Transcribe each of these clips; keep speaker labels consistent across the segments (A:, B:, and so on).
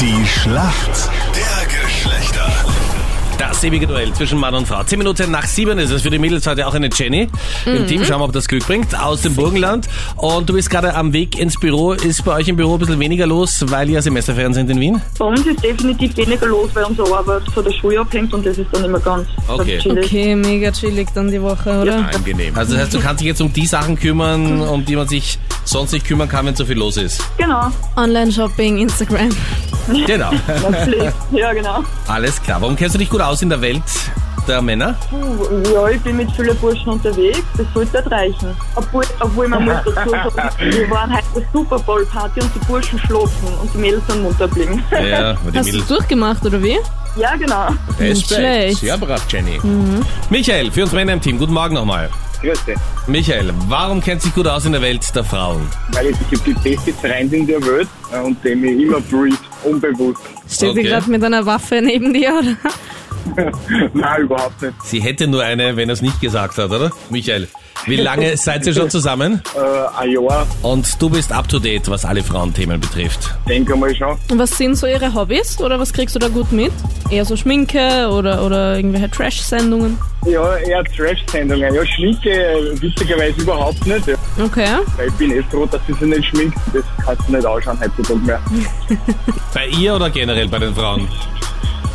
A: Die Schlacht der Geschlechter.
B: Das ewige Duell zwischen Mann und Frau. Zehn Minuten nach sieben ist es für die Mädels heute auch eine Jenny im Team. Schauen wir, ob das Glück bringt. Aus dem Burgenland. Und du bist gerade am Weg ins Büro. Ist bei euch im Büro ein bisschen weniger los, weil ja Semesterferien sind in Wien?
C: Bei uns ist definitiv weniger los, weil unsere Arbeit von der Schule abhängt und das ist dann immer ganz ganz
B: Okay.
C: chillig.
D: Okay, mega chillig dann die Woche, oder?
E: Angenehm.
B: Also das heißt, du kannst dich jetzt um die Sachen kümmern, um die man sich sonst nicht kümmern kann, wenn so viel los ist.
C: Genau,
D: Online-Shopping, Instagram.
B: Genau.
C: natürlich. ja, genau.
B: Alles klar. Warum kennst du dich gut aus in der Welt der Männer?
C: Puh, ja, ich bin mit vielen Burschen unterwegs, das sollte nicht reichen. Obwohl, obwohl man muss dazu sagen, wir waren heute bei Super Bowl Party und die Burschen schlafen und die Mädels sind munter geblieben.
B: Ja, die
D: Hast du durchgemacht, oder wie?
C: ja, genau.
D: Nicht schlecht. Mhm.
E: Sehr brav, Jenny.
B: Michael, für uns Männer im Team. Guten Morgen nochmal.
F: Grüß dich.
B: Michael, warum kennst du dich gut aus in der Welt der Frauen?
F: Weil ich, ich habe die beste Freundin der Welt äh, und dem ich immer brief, unbewusst.
D: Steht sie
B: Okay.
D: gerade mit einer Waffe neben dir, oder?
F: Nein, überhaupt nicht.
B: Sie hätte nur eine, wenn er es nicht gesagt hat, oder? Michael, wie lange seid ihr schon zusammen?
F: Äh, ein Jahr,
B: Und du bist up to date, was alle Frauenthemen betrifft.
F: denke mal schon.
D: Und was sind so ihre Hobbys, oder was kriegst du da gut mit? Eher so Schminke oder, oder irgendwelche Trash-Sendungen?
F: Ja, eher Trash-Sendungen. Ja, schminke äh, witzigerweise überhaupt nicht. Ja,
D: Okay.
F: Weil ich bin eh froh, dass sie sich nicht schminkt. Das kannst du nicht ausschauen heutzutage mehr.
B: Bei ihr oder generell bei den Frauen?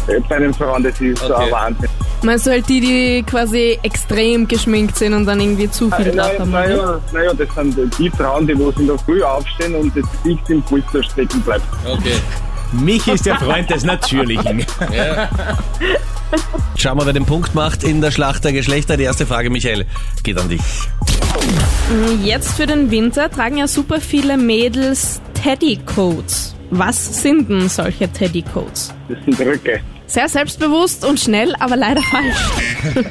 F: Äh, Bei den Frauen, das ist
B: Okay.
F: ein Wahnsinn.
D: Meinst du halt die, die quasi extrem geschminkt sind und dann irgendwie zu viel drauf haben? oder?
F: Naja, naja, das sind die Frauen, die los in der Früh aufstehen und das Gesicht im Polster stecken bleibt.
B: Okay.
E: Mich ist der Freund des Natürlichen.
B: Schauen wir, wer den Punkt macht in der Schlacht der Geschlechter. Die erste Frage, Michael, geht an dich.
D: Jetzt für den Winter tragen ja super viele Mädels Teddycoats. Was sind denn solche Teddycoats?
F: Das sind Röcke.
D: Sehr selbstbewusst und schnell, aber leider falsch.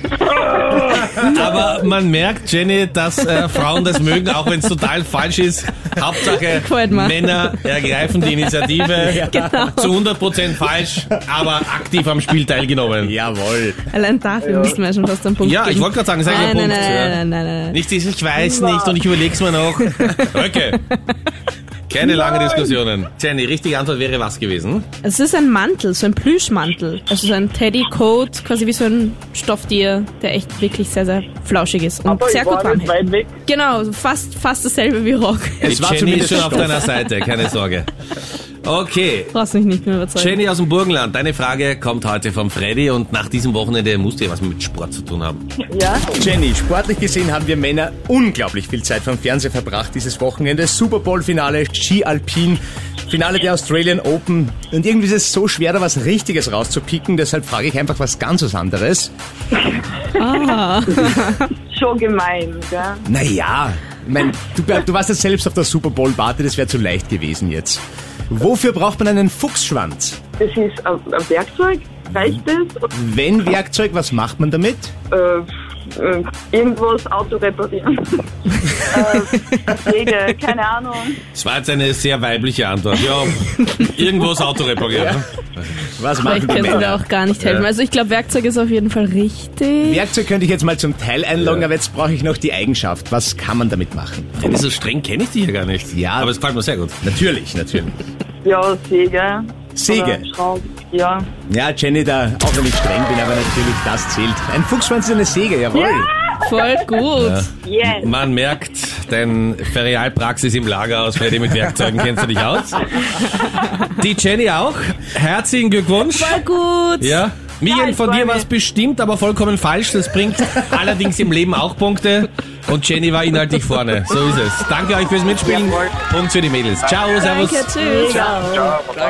B: Aber man merkt, Jenny, dass äh, Frauen das mögen, auch wenn es total falsch ist. Hauptsache,
D: Gefällt mir. Genau.
B: Männer ergreifen die Initiative. Zu 100% falsch, aber aktiv am Spiel teilgenommen.
E: Jawohl.
D: Allein dafür müssen wir schon fast einen Punkt
B: Ja,
D: geben.
B: ich wollte gerade sagen, es ist eigentlich ein
D: nein, nein,
B: Punkt. ja.
D: nein, nein, nein, nein, nein.
B: Nicht dieses, ich weiß nicht und ich überleg's mir noch. Röcke. Keine langen Diskussionen. Jenny, richtige Antwort wäre was gewesen?
D: Es ist ein Mantel, so ein Plüschmantel. Also so ein Teddycoat, quasi wie so ein Stofftier, der echt wirklich sehr, sehr flauschig ist und
F: Aber
D: sehr
F: ich
D: gut
F: war nicht
D: warm.
F: weit weg.
D: Genau, fast, fast dasselbe wie Rock.
B: Es
E: war
B: Jenny ist
E: zumindest
B: schon auf
E: Stoff.
B: deiner Seite, keine Sorge. Okay.
D: Brauchst mich nicht mehr überzeugen.
B: Jenny aus dem Burgenland, deine Frage kommt heute vom Freddy und nach diesem Wochenende musst du ja was mit Sport zu tun haben.
C: Ja,
E: Jenny, sportlich gesehen haben wir Männer unglaublich viel Zeit vom Fernseher verbracht dieses Wochenende. Super Bowl-Finale, Ski Alpin, Finale der Australian Open. Und irgendwie ist es so schwer, da was Richtiges rauszupicken, deshalb frage ich einfach was ganz was anderes.
C: schon gemein, gell?
E: Naja, ich mein, du, du warst jetzt selbst auf der Super Bowl-Warte, das wäre zu leicht gewesen jetzt. Wofür braucht man einen Fuchsschwanz?
C: Das ist ein, ein Werkzeug, reicht das? Und,
E: Wenn Werkzeug, was macht man damit?
C: äh, äh, irgendwas Auto reparieren. äh, Pflege, keine Ahnung.
B: Das war jetzt eine sehr weibliche Antwort. Ja, irgendwo das Auto ne? reparieren.
E: Was
D: Vielleicht
E: machen die
D: kannst du
E: Männer?
D: da auch gar nicht helfen. Also ich glaube, Werkzeug ist auf jeden Fall richtig.
E: Werkzeug könnte ich jetzt mal zum Teil einloggen, aber jetzt brauche ich noch die Eigenschaft. Was kann man damit machen?
B: Freddy, so streng kenne ich dich ja gar nicht.
E: Ja.
B: Aber es gefällt mir sehr gut.
E: Natürlich, natürlich.
C: Ja, Säge.
E: Säge.
C: Oder Schraube. Ja.
E: Ja, Jenny, da, auch wenn ich streng bin, aber natürlich, das zählt. Ein Fuchsschwanz ist eine Säge, jawohl.
D: Voll gut.
C: Yes.
B: Man merkt, dein Ferialpraxis im Lager aus Freddy mit Werkzeugen kennst du dich aus. Die Jenny auch. Herzlichen Glückwunsch.
D: Voll gut.
B: Ja.
C: Ja,
B: Miriam,
C: ich
B: von
C: freu
B: dir
C: mich.
B: war es bestimmt, aber vollkommen falsch. Das bringt allerdings im Leben auch Punkte. Und Jenny war inhaltlich vorne. So ist es. Danke euch fürs Mitspielen. Punkt für die Mädels. Ciao, servus.
D: Danke, tschüss.
F: Ciao. Ciao.